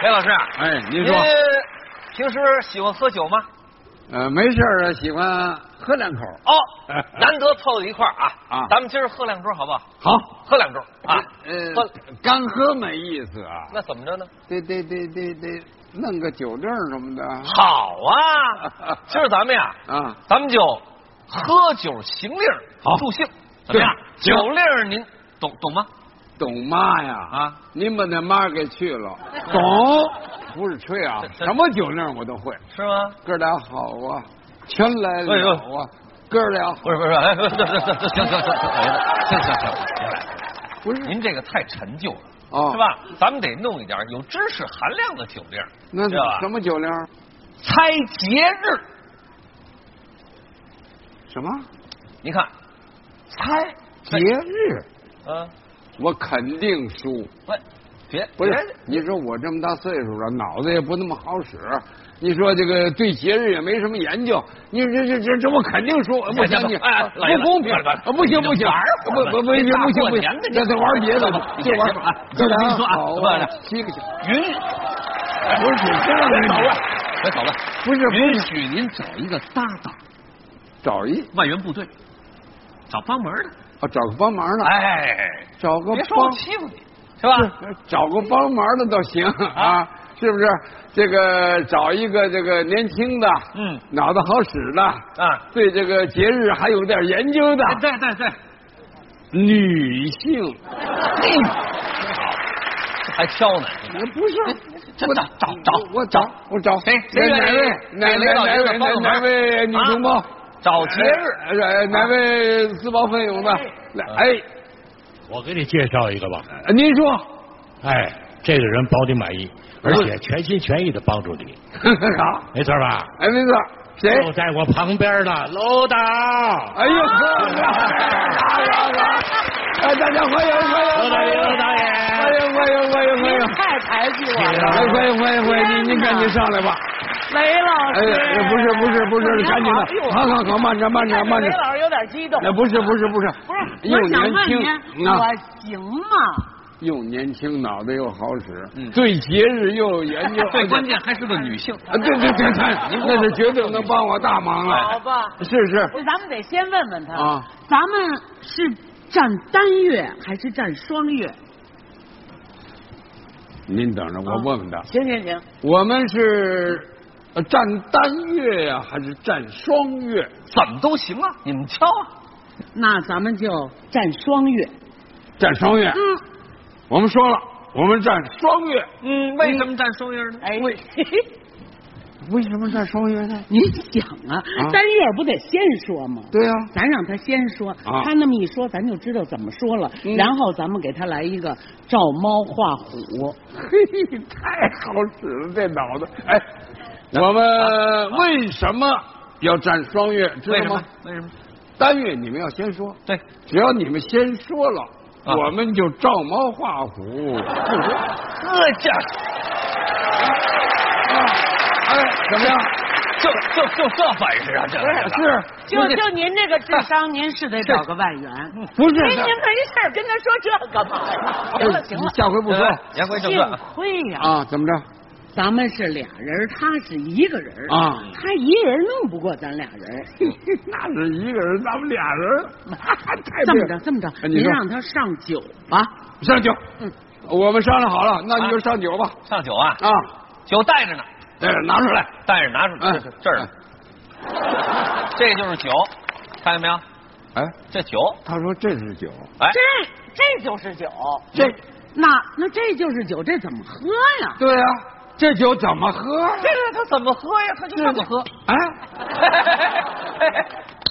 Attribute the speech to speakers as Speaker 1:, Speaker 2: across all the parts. Speaker 1: 裴老师，啊
Speaker 2: 哎，您说，
Speaker 1: 平时喜欢喝酒吗？
Speaker 2: 呃，没事儿啊，喜欢喝两口。
Speaker 1: 哦，难得凑到一块儿啊
Speaker 2: 哎啊
Speaker 1: 咱们今儿喝两盅好不好？
Speaker 2: 好
Speaker 1: 喝两盅啊
Speaker 2: 呃
Speaker 1: 喝，
Speaker 2: 干喝没意思啊，
Speaker 1: 那怎么着呢？
Speaker 2: 得得得得得弄个酒令儿什么的。
Speaker 1: 好 啊，今儿咱们呀，
Speaker 2: 啊，
Speaker 1: 咱们就喝酒行令儿，
Speaker 2: 好
Speaker 1: 助兴，怎么样？
Speaker 2: 对行
Speaker 1: 酒令儿您懂懂吗？
Speaker 2: 懂妈呀
Speaker 1: 啊！
Speaker 2: 您把那妈给去 了，懂？不是吹啊，什么酒令儿我都会。
Speaker 1: 是吗？
Speaker 2: 哥俩好啊，全来了啊，哥俩好
Speaker 1: 不是不是，哎，不是， 行行行行行行行行，别来，
Speaker 2: 不是
Speaker 1: 您这个太陈旧了。
Speaker 2: 哦
Speaker 1: 是吧？咱们得弄一点有知识含量的酒令儿，
Speaker 2: 那
Speaker 1: 知道吧
Speaker 2: 什？么酒令儿？
Speaker 1: 猜节日，
Speaker 2: 什么
Speaker 1: 你看，猜
Speaker 2: 节日？
Speaker 1: 嗯，
Speaker 2: 我肯定输。
Speaker 1: 不，别
Speaker 2: 不是
Speaker 1: 别的，
Speaker 2: 你说我这么大岁数了，脑子也不那么好使。你说这个对节日也没什么研究，你这这这这我肯定输，不行你
Speaker 1: 哎哎来
Speaker 2: 不公平
Speaker 1: 来来，
Speaker 2: 不行不行
Speaker 1: 玩儿，
Speaker 2: 不
Speaker 1: 会儿吧
Speaker 2: 不不行
Speaker 1: 大
Speaker 2: 不行
Speaker 1: 过
Speaker 2: 不行
Speaker 1: 年的，你
Speaker 2: 这得玩别的吧，
Speaker 1: 你
Speaker 2: 就玩
Speaker 1: 啊
Speaker 2: 这
Speaker 1: 你
Speaker 2: 俩
Speaker 1: 说啊
Speaker 2: 好
Speaker 1: 不
Speaker 2: 啊
Speaker 1: 是，
Speaker 2: 七个小时
Speaker 1: 允，
Speaker 2: 不是你这
Speaker 1: 别捣
Speaker 2: 样
Speaker 1: 乱，别捣乱，
Speaker 2: 不是不
Speaker 1: 允
Speaker 2: 是
Speaker 1: 许您找一个搭档，
Speaker 2: 找一
Speaker 1: 外援部队，找帮忙的。
Speaker 2: 啊找个帮忙的，
Speaker 1: 哎，
Speaker 2: 找个
Speaker 1: 别说我
Speaker 2: 帮
Speaker 1: 欺负你，是吧？
Speaker 2: 找个帮忙的倒行啊，是不是？这个找一个这个年轻的，
Speaker 1: 嗯
Speaker 2: 脑子好使的
Speaker 1: 啊，
Speaker 2: 对这个节日还有点研究的
Speaker 1: 哎对对对，
Speaker 2: 女性，
Speaker 1: 嘿，真好，这还挑呢。
Speaker 2: 我不是，
Speaker 1: 真
Speaker 2: 我
Speaker 1: 的找找
Speaker 2: 我找我找
Speaker 1: 谁谁
Speaker 2: 哪
Speaker 1: 愿
Speaker 2: 哪
Speaker 1: 意
Speaker 2: 位哎哪
Speaker 1: 给
Speaker 2: 啊
Speaker 1: 领导
Speaker 2: 哎哪哪
Speaker 1: 一个
Speaker 2: 位
Speaker 1: 帮
Speaker 2: 哪
Speaker 1: 个忙
Speaker 2: 哪位女
Speaker 1: 啊
Speaker 2: 同胞？
Speaker 1: 找节日，
Speaker 2: 哎哎哪位自报奋勇的？来，哎，
Speaker 3: 我给你介绍一个吧，
Speaker 2: 您说，
Speaker 3: 哎，这个人保你满意，而且全心全意的帮助你，
Speaker 2: 好，
Speaker 3: 没错吧？
Speaker 2: 哎，没错，谁？
Speaker 3: 就在我旁边呢，楼导，
Speaker 2: 哎呦，好好好好，哎，大家欢迎欢迎欢迎欢迎欢迎欢迎欢迎
Speaker 4: 您哎太抬举
Speaker 2: 哎
Speaker 4: 我
Speaker 3: 谢谢
Speaker 4: 了，
Speaker 3: 啊
Speaker 2: 欢迎欢迎欢迎，您您赶紧上来吧。
Speaker 4: 雷老
Speaker 2: 哎，
Speaker 4: 师。
Speaker 2: 不是不是不是，赶紧的，好好好，慢着慢着慢着
Speaker 4: 雷。老师有点激动。
Speaker 2: 哎，不是不是不是，
Speaker 4: 不是，
Speaker 2: 又
Speaker 4: 我想
Speaker 2: 哎年
Speaker 4: 问
Speaker 2: 轻
Speaker 4: 您，
Speaker 2: 啊，
Speaker 4: 我行吗？
Speaker 2: 又年轻，脑袋又好使，对节日又有研究，
Speaker 1: 最关键还是个女性。
Speaker 2: 啊，对对对对，那是绝对能帮我大忙
Speaker 4: 好
Speaker 2: 了。
Speaker 4: 吧，
Speaker 2: 是是，
Speaker 4: 那咱们得先问问他
Speaker 2: 啊，
Speaker 4: 咱们是占单月还是占双月？
Speaker 2: 您等着，我问问他，
Speaker 4: 行行行，
Speaker 2: 我们是呃占单月呀，还是占双月？
Speaker 1: 怎么都行啊，你们挑啊。
Speaker 4: 那咱们就占双月。
Speaker 2: 占双月。
Speaker 4: 嗯，
Speaker 2: 我们说了，我们占双月。
Speaker 1: 嗯，为什么占双人呢？
Speaker 4: 哎，
Speaker 2: 为什么占双月呢？
Speaker 4: 您想啊
Speaker 2: 啊，
Speaker 4: 单月不得先说吗？
Speaker 2: 对啊呀、
Speaker 4: 咱让他先说，
Speaker 2: 啊
Speaker 4: 他那么一说，咱就知道怎么说了。
Speaker 2: 嗯
Speaker 4: 然后咱们给他来一个照猫画虎。
Speaker 2: 嗯 嘿，太好使了，这脑子。哎，啊我们为什么要占双月？哎知
Speaker 1: 为什
Speaker 2: 道吗
Speaker 1: 么？？为什么？
Speaker 2: 单月你们要先说，
Speaker 1: 对，
Speaker 2: 只要你们先说了，
Speaker 1: 啊
Speaker 2: 我们就照猫画 虎。
Speaker 1: 这家
Speaker 2: 哎，怎么样？
Speaker 1: 就就就这本事啊，这
Speaker 2: 哎，是
Speaker 4: 就就您这个智商，您是得找个外援。哎，
Speaker 2: 不 是？哎
Speaker 4: 您没事儿跟他说这干嘛呀？行了行
Speaker 2: 你
Speaker 4: 了，
Speaker 2: 下回不说
Speaker 1: 言归正传
Speaker 4: 幸，亏呀、
Speaker 2: 啊？怎么着？
Speaker 4: 咱们是俩人，他是一个人
Speaker 2: 啊
Speaker 4: 他一个人弄不过咱俩人。
Speaker 2: 那是一个人，咱们俩人， 太哎
Speaker 4: 这么着，这么着，
Speaker 2: 你
Speaker 4: 您
Speaker 2: 说哎啊
Speaker 4: 让他上酒吧。
Speaker 2: 上酒。
Speaker 4: 嗯
Speaker 2: 我们商量好了，那你就上酒吧。
Speaker 1: 上酒啊，
Speaker 2: 啊，
Speaker 1: 酒带着呢，
Speaker 2: 哎，拿出来。
Speaker 1: 带着拿出来，
Speaker 2: 哎
Speaker 1: 这这儿呢，这就是酒，看见没有？
Speaker 2: 哎，
Speaker 1: 这酒，
Speaker 2: 他说这是酒，
Speaker 1: 哎，
Speaker 4: 这这就是酒，
Speaker 2: 这
Speaker 4: 那那这就是酒，这怎么喝呀？
Speaker 2: 对啊呀、这酒怎么喝？啊
Speaker 1: 这个他怎么喝呀？他就这么喝。
Speaker 2: 哎，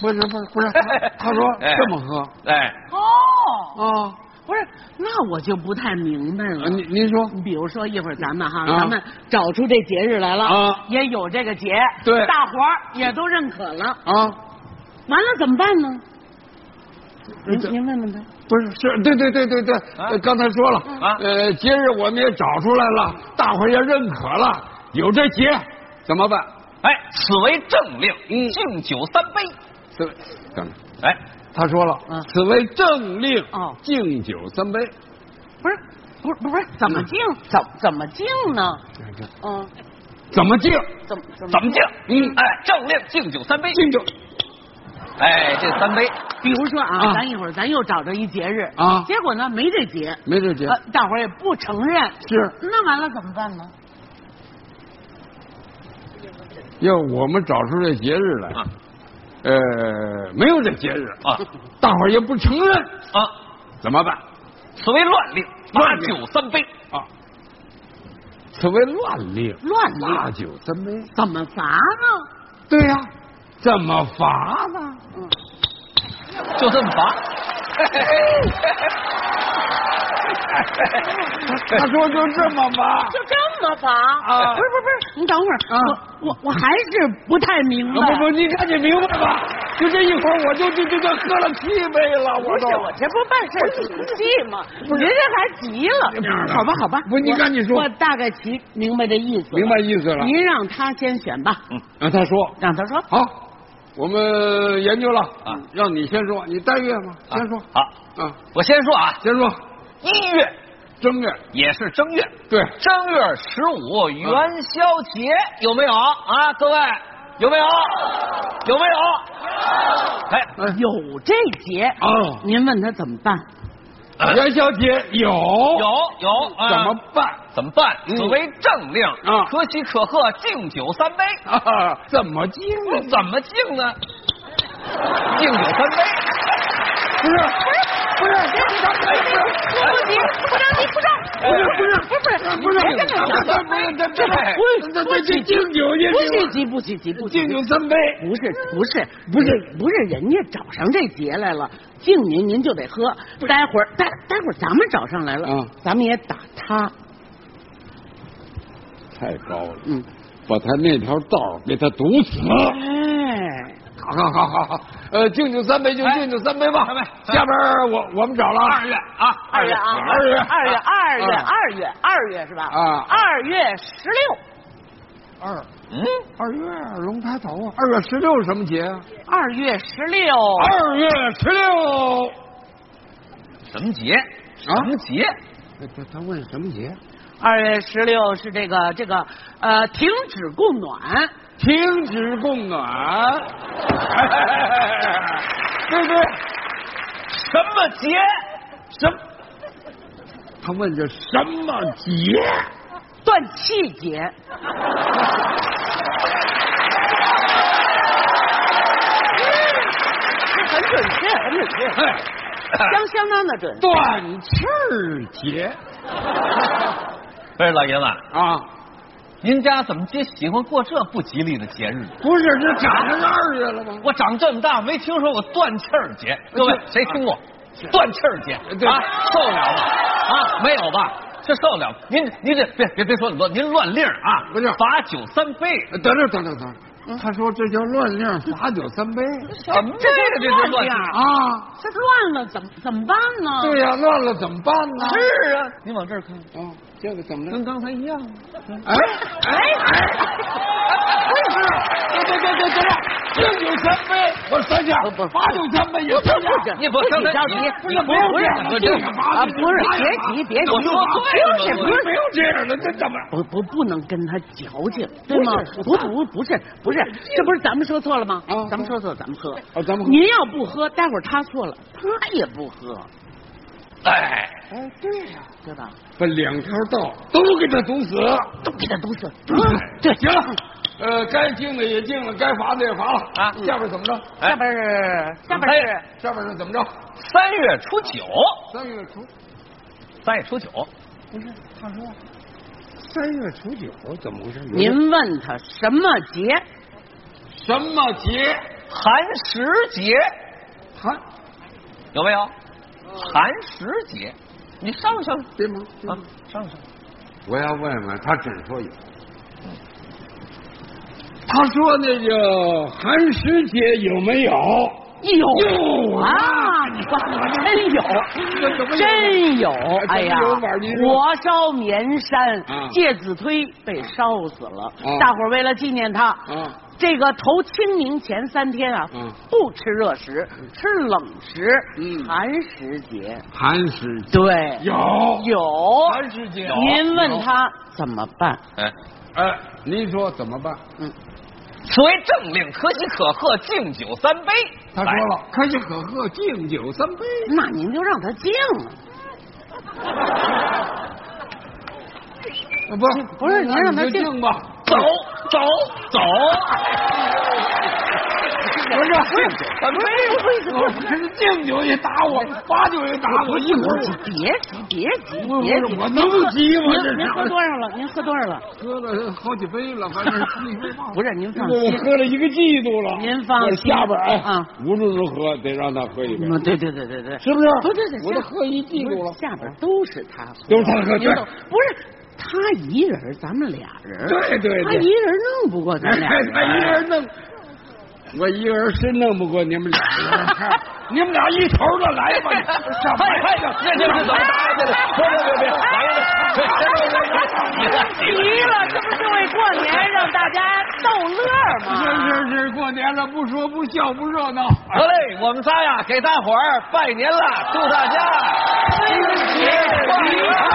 Speaker 2: 不是不是 不是，他说这么喝
Speaker 1: 哎，
Speaker 4: 哦，
Speaker 2: 啊？
Speaker 4: 不是，那我就不太明白了。
Speaker 2: 您您说
Speaker 4: 比如说一会儿咱们哈，
Speaker 2: 啊
Speaker 4: 咱们找出这节日来了，
Speaker 2: 啊
Speaker 4: 也有这个节，
Speaker 2: 对
Speaker 4: 大伙儿也都认可了，
Speaker 2: 啊？
Speaker 4: 完了怎么办呢？您
Speaker 2: 这
Speaker 4: 您问问他，
Speaker 2: 不是是，对对对对对，
Speaker 1: 啊
Speaker 2: 呃刚才说了
Speaker 1: 啊
Speaker 2: 呃，节日我们也找出来了，大伙儿也认可了，有这节怎么办？
Speaker 1: 哎，此为政令，
Speaker 2: 嗯
Speaker 1: 敬酒三杯。
Speaker 2: 此为等着，
Speaker 1: 哎，
Speaker 2: 他说了
Speaker 4: 啊，
Speaker 2: 此为政令
Speaker 4: 哦，
Speaker 2: 敬酒三杯。
Speaker 4: 不是不是不是嗯怎么敬？怎怎么敬呢？嗯，
Speaker 2: 怎么敬？
Speaker 4: 怎么怎么
Speaker 1: 怎么敬？
Speaker 2: 嗯
Speaker 1: 哎，正令敬酒三杯。
Speaker 2: 敬酒
Speaker 1: 哎，这三杯，
Speaker 4: 比如说啊，
Speaker 2: 啊
Speaker 4: 咱一会儿咱又找着一节日
Speaker 2: 啊
Speaker 4: 结果呢没这节，
Speaker 2: 没这节
Speaker 4: 呃，大伙儿也不承认，
Speaker 2: 是
Speaker 4: 那完了怎么办呢？
Speaker 2: 要我们找出这节日来
Speaker 1: 啊，
Speaker 2: 呃，没有这节日
Speaker 1: 啊，
Speaker 2: 大伙儿也不承认，
Speaker 1: 啊，
Speaker 2: 怎么办？
Speaker 1: 此为乱令，八
Speaker 2: 乱令
Speaker 1: 酒三杯。
Speaker 2: 啊，此为乱令，
Speaker 4: 乱令
Speaker 2: 骂酒三杯。
Speaker 4: 怎么罚呢？
Speaker 2: 对呀、怎么罚 呢？
Speaker 4: 嗯，
Speaker 1: 就这么 罚。
Speaker 2: 他说就这么罚。
Speaker 4: 就这么罚
Speaker 2: 啊
Speaker 4: 不是不是不是，你等会儿，
Speaker 2: 啊
Speaker 4: 我我我还是不太明
Speaker 2: 啊
Speaker 4: 白。
Speaker 2: 不不，你看你明白吧？就这一会儿，我就就就就喝了七杯了，我
Speaker 4: 不
Speaker 2: 都
Speaker 4: 是。哎我这不办事儿急气吗？
Speaker 2: 不是
Speaker 4: 人家还急了，好吧好吧。
Speaker 2: 不是你
Speaker 4: 我
Speaker 2: 赶紧说
Speaker 4: 我大概其明白这意思了，
Speaker 2: 明白意思了
Speaker 4: 您让他先选吧，
Speaker 2: 然后他说
Speaker 4: 让他说。
Speaker 2: 好，我们研究了
Speaker 1: 啊，
Speaker 2: 让你先说，你单月吗？
Speaker 1: 啊
Speaker 2: 先说
Speaker 1: 好，
Speaker 2: 啊，
Speaker 1: 我先说啊，
Speaker 2: 先说
Speaker 1: 一月
Speaker 2: 正月，
Speaker 1: 也是正月，
Speaker 2: 对，
Speaker 1: 正月十五
Speaker 2: 嗯
Speaker 1: 元宵节有没有啊？各位有没有？有没有？哎，
Speaker 2: 哎
Speaker 4: 有这节
Speaker 2: 哦
Speaker 4: 您问他怎么办？
Speaker 2: 元宵节有啊有
Speaker 1: 有有，啊
Speaker 2: 哦怎么办？
Speaker 1: 怎么办？
Speaker 2: 嗯
Speaker 1: 此为正令
Speaker 2: 啊
Speaker 1: 可喜可贺，敬酒三杯。
Speaker 2: 啊，怎么敬
Speaker 1: 我
Speaker 2: 啊？
Speaker 1: 怎么敬呢？敬酒三杯。
Speaker 2: 不是不是
Speaker 4: 不急，不着急，不着
Speaker 2: 不是不是不
Speaker 4: 是
Speaker 2: 不是，这这这这这这敬酒也
Speaker 4: 不许急，不许急，不许急
Speaker 2: 敬酒三杯，
Speaker 4: 不是不是不是不是，人家找上这节来了，敬您您就得喝。待会儿待待会儿咱们找上来了，
Speaker 2: 嗯
Speaker 4: 咱们也打他。
Speaker 2: 太高了，
Speaker 4: 嗯，
Speaker 2: 把他那条道儿给他堵死。
Speaker 4: 哎，
Speaker 2: 好好好好好，呃，敬酒三杯就
Speaker 1: 哎
Speaker 2: 敬酒三杯吧。
Speaker 1: 三杯三杯
Speaker 2: 下边儿我我们找了啊
Speaker 1: 二月啊，
Speaker 4: 二月啊，
Speaker 2: 二月
Speaker 4: 二月，二月，
Speaker 2: 啊
Speaker 4: 二月，二月是吧？
Speaker 2: 啊
Speaker 4: 二月十六，
Speaker 2: 二
Speaker 1: 嗯，
Speaker 2: 二月龙抬头啊，二月十六什么节啊？
Speaker 4: 二月十六，
Speaker 2: 二月十六
Speaker 1: 什么节？
Speaker 2: 啊
Speaker 1: 什么节？
Speaker 2: 他他他问什么节？
Speaker 4: 二月十六是这个这个呃，停止供暖。
Speaker 2: 停止供暖。 对对，
Speaker 1: 什么节？
Speaker 2: 什么？他问这什么节？
Speaker 4: 断气节，
Speaker 2: 哎
Speaker 4: 这很准确，很准确，
Speaker 2: 哎，
Speaker 4: 相相当的准。
Speaker 2: 断气儿节
Speaker 1: 不哎是老爷子，
Speaker 2: 啊！
Speaker 1: 您家怎么就喜欢过这不吉利的节日呢？
Speaker 2: 不是，这赶上二月了吗？
Speaker 1: 我长这么大没听说过断气儿节，各位谁听过？断气儿节
Speaker 2: 对
Speaker 1: 啊，受得了吗？啊，没有吧？这受得了？您您这别别别说那么多，您乱令儿啊！
Speaker 2: 不是
Speaker 1: 罚酒三杯，
Speaker 2: 等等等等等等，他说嗯这叫乱令罚酒三杯
Speaker 1: 什么这这这这乱令儿？
Speaker 2: 啊！
Speaker 4: 这乱了，怎么怎么办呢？
Speaker 2: 对呀，乱了怎么办呢？
Speaker 1: 是啊，您往这儿看，
Speaker 2: 啊，这个怎么
Speaker 1: 跟
Speaker 2: 着？
Speaker 1: 刚才一样啊。
Speaker 2: 哎哎哎！不是，对对对对对，敬酒三杯，我三下，罚酒三杯也
Speaker 4: 不
Speaker 2: 三
Speaker 4: 不
Speaker 2: 下
Speaker 4: 是，。
Speaker 1: 你不
Speaker 4: 不许
Speaker 1: 刚才
Speaker 4: 着急
Speaker 1: 你，
Speaker 4: 不
Speaker 2: 你
Speaker 4: 是
Speaker 2: 不
Speaker 4: 不是
Speaker 2: 用
Speaker 4: 不是
Speaker 2: 这样这
Speaker 4: 这
Speaker 2: 个
Speaker 4: 啊，不是
Speaker 2: 这个
Speaker 4: 别急别急，啊
Speaker 1: 我说
Speaker 4: 不
Speaker 1: 对
Speaker 4: 是
Speaker 1: 了
Speaker 4: 不是
Speaker 2: 没有这样的，这怎么？
Speaker 4: 不不不能跟他矫情，对吗？不不不是不是，嗯这不是咱们说错了吗？
Speaker 2: 啊
Speaker 4: 咱们说错了，咱们喝。
Speaker 2: 哦咱们喝
Speaker 4: 您要不喝，待会儿他错了，他也不喝，
Speaker 1: 哎，
Speaker 2: 哎，对呀、
Speaker 4: 对啊吧？
Speaker 2: 把两条道都给他堵死。
Speaker 4: 都给他都是。
Speaker 2: 哎
Speaker 4: 对，
Speaker 2: 行了，呃，该敬的也敬了，该罚的也罚了嗯
Speaker 1: 啊
Speaker 2: 下边怎么着？
Speaker 4: 下边是下边是
Speaker 2: 下边是怎么着？
Speaker 1: 哎三月初九，
Speaker 2: 三月初
Speaker 1: 三月初九，
Speaker 2: 不是？他说三月初九怎么回事？
Speaker 4: 您问他什么节？
Speaker 2: 什么节？
Speaker 1: 寒食节
Speaker 2: 寒
Speaker 1: 有没有？寒食节，你上上
Speaker 2: 别忙，别
Speaker 1: 啊
Speaker 2: 忙，
Speaker 1: 上上。
Speaker 2: 我要问问他，真说有。他说那个寒食节有没有？
Speaker 4: 有
Speaker 2: 有啊
Speaker 4: 啊，你看我真
Speaker 2: 这怎么有
Speaker 4: 有，真有！啊哎呀
Speaker 2: 这怎么有法儿您，说
Speaker 4: 火烧绵山
Speaker 2: 啊，
Speaker 4: 介子推被烧死了
Speaker 2: 啊。
Speaker 4: 哦大伙儿为了纪念他，
Speaker 2: 啊，
Speaker 4: 这个头清明前三天啊，
Speaker 2: 嗯
Speaker 4: 不吃热食，吃冷食，
Speaker 2: 嗯
Speaker 4: 寒食节。
Speaker 2: 寒食节
Speaker 4: 对，
Speaker 2: 有
Speaker 4: 有
Speaker 2: 寒食节
Speaker 4: 您问他怎么办？
Speaker 1: 哎，
Speaker 2: 哎，您说怎么办？
Speaker 1: 此为政令，可喜可贺，敬酒三杯。
Speaker 2: 他说了，可喜可贺，敬酒三杯。
Speaker 4: 那您就让他静了。
Speaker 2: 啊不是
Speaker 4: 不是您让他
Speaker 2: 那你就
Speaker 4: 敬
Speaker 2: 敬吧，
Speaker 1: 走走走，
Speaker 2: 不是不是
Speaker 1: 三杯。
Speaker 2: 我哎这是敬酒也打我，罚酒也打我，一会儿我
Speaker 4: 别急，别急，
Speaker 2: 不是
Speaker 4: 别
Speaker 2: 不
Speaker 4: 急，
Speaker 2: 是我能急吗
Speaker 4: 您
Speaker 2: 这是
Speaker 4: 您喝多少了？您喝多少了？
Speaker 2: 喝了好几杯了，反正
Speaker 4: 不是您放
Speaker 2: 我
Speaker 4: 心，
Speaker 2: 喝了一个季度了。
Speaker 4: 您放
Speaker 2: 我
Speaker 4: 心
Speaker 2: 下边哎，
Speaker 4: 啊
Speaker 2: 无论如何得让他喝一杯，
Speaker 4: 嗯，对对对对对，
Speaker 2: 是不是？
Speaker 4: 不是，是
Speaker 2: 我都喝一季度了。
Speaker 4: 下边都是他喝，
Speaker 2: 都是他喝
Speaker 4: 您懂不是他一人儿，咱们俩人儿，
Speaker 2: 对对
Speaker 4: 他
Speaker 2: 对
Speaker 4: 一人儿弄不过咱俩
Speaker 2: 哎
Speaker 4: 人
Speaker 2: 他一个
Speaker 4: 儿。
Speaker 2: 人弄，我一个人真弄不过你们俩人。你们俩一头的来吧，上班
Speaker 1: 哎呀，这这这怎么打起来？别别别别，来了，别别别别，
Speaker 4: 急了，这不是为过年让大家逗乐吗？
Speaker 2: 是是是，过年了，不说不笑不热闹。
Speaker 1: 得嘞，我们仨呀，给大伙儿拜年了，祝大家春节快乐。